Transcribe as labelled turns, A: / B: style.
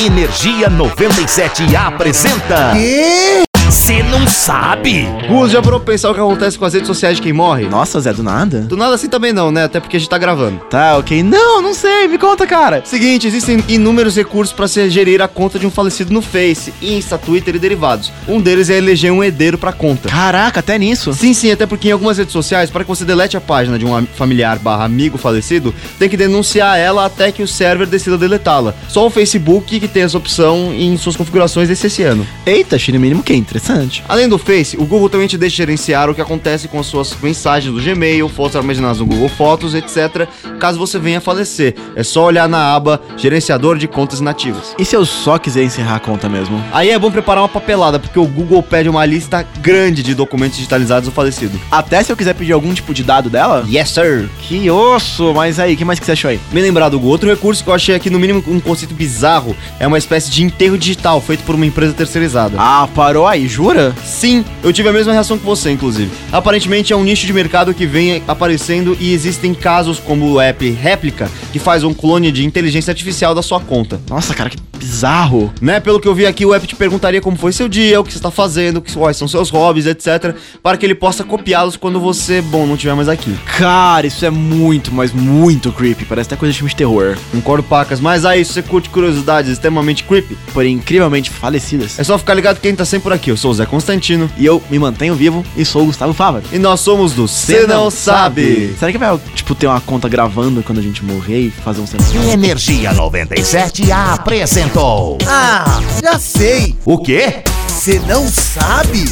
A: Energia 97 apresenta.
B: Quê?
A: Você não sabe?
B: Gus, já parou pra pensar o que acontece com as redes sociais de quem morre?
C: Nossa, Zé, do nada?
B: Do nada assim também não, né? Até porque a gente tá gravando.
C: Tá, ok. Não, não sei, me conta, cara.
B: Seguinte, existem inúmeros recursos pra se gerir a conta de um falecido no Face, Insta, Twitter e derivados. Um deles é eleger um herdeiro pra conta.
C: Caraca, até nisso.
B: Sim, sim, até porque em algumas redes sociais, para que você delete a página de um am- familiar barra amigo falecido, tem que denunciar ela até que o server decida deletá-la. Só o Facebook que tem essa opção em suas configurações esse, esse ano.
C: Eita, achei no mínimo que é interessante.
B: Além do Face, o Google também te deixa gerenciar o que acontece com as suas mensagens do Gmail, fotos armazenadas no Google Fotos, etc., caso você venha a falecer. É só olhar na aba Gerenciador de Contas Inativas.
C: E se eu só quiser encerrar a conta mesmo?
B: Aí é bom preparar uma papelada, porque o Google pede uma lista grande de documentos digitalizados do falecido.
C: Até se eu quiser pedir algum tipo de dado dela?
B: Yes, sir!
C: Que osso! Mas aí, o que mais que você achou aí?
B: Me lembrado, Hugo, outro recurso que eu achei aqui, no mínimo, um conceito bizarro, é uma espécie de enterro digital feito por uma empresa terceirizada.
C: Ah, parou aí, jura?
B: Sim, eu tive a mesma reação que você, inclusive. Aparentemente é um nicho de mercado que vem aparecendo e existem casos como o app Réplica, que faz um clone de inteligência artificial da sua conta.
C: Nossa, cara, que bizarro.
B: Né? Pelo que eu vi aqui, o app te perguntaria como foi seu dia, o que você está fazendo, quais são seus hobbies, etc. Para que ele possa copiá-los quando você, bom, não estiver mais aqui.
C: Cara, isso é muito, mas muito creepy. Parece até coisa de filme de terror.
B: Concordo, Pacas. Mas aí, se você curte curiosidades extremamente creepy,
C: Porém, incrivelmente falecidas.
B: é só ficar ligado que quem tá sempre por aqui. Eu sou o Zé Constantino.
C: E eu me mantenho vivo e sou o Gustavo Fávaro.
B: E nós somos do Cê Não Sabe.
C: Será que vai, tipo, ter uma conta gravando quando a gente morrer e fazer um censo?
A: Energia 97 apresentou.
D: Ah, já sei.
A: O quê?
D: Você não sabe?